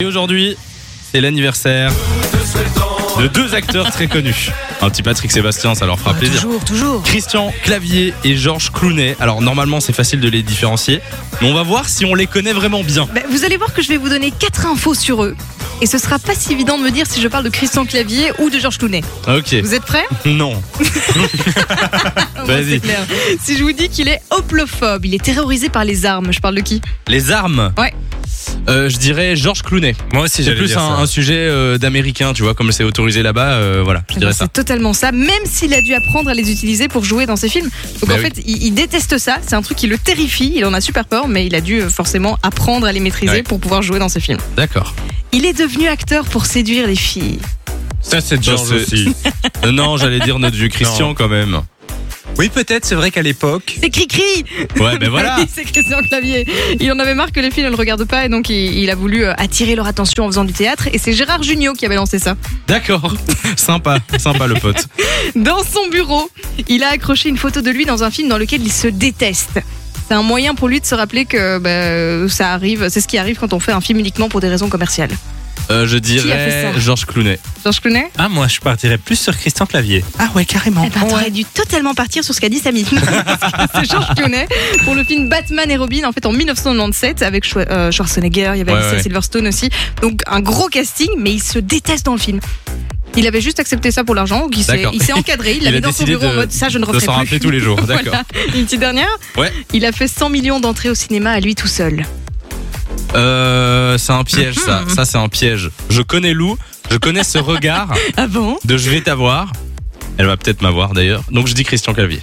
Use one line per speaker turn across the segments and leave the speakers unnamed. Et aujourd'hui, c'est l'anniversaire de deux acteurs très connus. Un petit Patrick Sébastien, ça leur fera plaisir.
Ah, Toujours, toujours.
Christian Clavier et Georges Clounet. Alors normalement, c'est facile de les différencier, mais on va voir si on les connaît vraiment bien.
Ben, vous allez voir que je vais vous donner quatre infos sur eux. Et ce sera pas si évident de me dire si je parle de Christian Clavier ou de Georges Clounet.
Ok.
Vous êtes prêts
Non.
Au moins,
Vas-y.
c'est clair. Si je vous dis qu'il est hoplophobe, il est terrorisé par les armes, je parle de qui
Les armes.
Ouais.
Euh, je dirais Georges Clounet.
Moi aussi,
C'est
j'allais
plus
dire
un,
ça.
un sujet euh, d'américain, tu vois, comme c'est autorisé là-bas, euh, voilà, je dirais ça.
Eh ben, C'est totalement ça, même s'il a dû apprendre à les utiliser pour jouer dans ses films. Donc
Ben
en
oui.
fait, il, il déteste ça, c'est un truc qui le terrifie, il en a super peur, mais il a dû euh, forcément apprendre à les maîtriser
Ouais.
pour pouvoir jouer dans ses films.
D'accord.
Il est devenu acteur pour séduire les filles.
Ça, c'est
Ça,
George
c'est-
aussi.
Euh, non, j'allais dire notre vieux Christian quand même.
Oui, peut-être, c'est vrai qu'à l'époque.
C'est cri-cri
Ouais, ben voilà.
C'est Christian Clavier. Il en avait marre que les filles ne le regardent pas et donc il, il a voulu euh, attirer leur attention en faisant du théâtre. Et c'est Gérard Jugnot qui avait lancé ça.
D'accord. sympa, sympa le pote.
Dans son bureau, il a accroché une photo de lui dans un film dans lequel il se déteste. C'est un moyen pour lui de se rappeler que bah, ça arrive, c'est ce qui arrive quand on fait un film uniquement pour des raisons commerciales.
Euh, je
Qui a fait
dirais
ça
Georges Clounet.
Georges Clooney
Ah, moi, je partirais plus sur Christian Clavier. Ah, ouais, carrément.
Eh ben, t'aurais dû totalement partir sur ce qu'a dit Samy. Parce que c'est Georges Clooney pour le film Batman et Robin, en fait, en 1997, avec Schwa- euh, Schwarzenegger, il y avait
Ouais,
Alicia
ouais.
Silverstone aussi. Donc, un gros casting, mais il se déteste dans le film. Il avait juste accepté ça pour l'argent, donc il s'est
D'accord.
il s'est encadré, il
Il a
l'avait dans son
décidé
bureau en
de-
mode ça, je ne
De
referai
s'en
plus.
rappeler tous les jours, d'accord.
Voilà. Une petite dernière
Ouais.
Il a fait 100 millions d'entrées au cinéma à lui tout seul.
Euh, c'est un piège, ça.
Hmm.
Ça, c'est un piège. Je connais Lou, je connais ce regard
Ah bon
de je vais t'avoir. Elle va peut-être m'avoir d'ailleurs. Donc je dis Christian Clavier.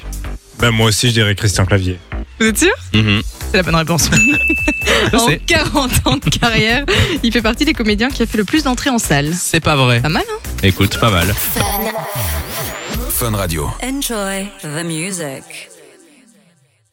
Ben, moi aussi, je dirais Christian Clavier.
Vous êtes sûr
Mhm.
C'est la bonne réponse.
Je
en
sais.
40 ans de carrière, il fait partie des comédiens qui a fait le plus d'entrées en salle.
C'est pas vrai.
Pas mal, hein
Écoute, pas mal.
Enjoy the music.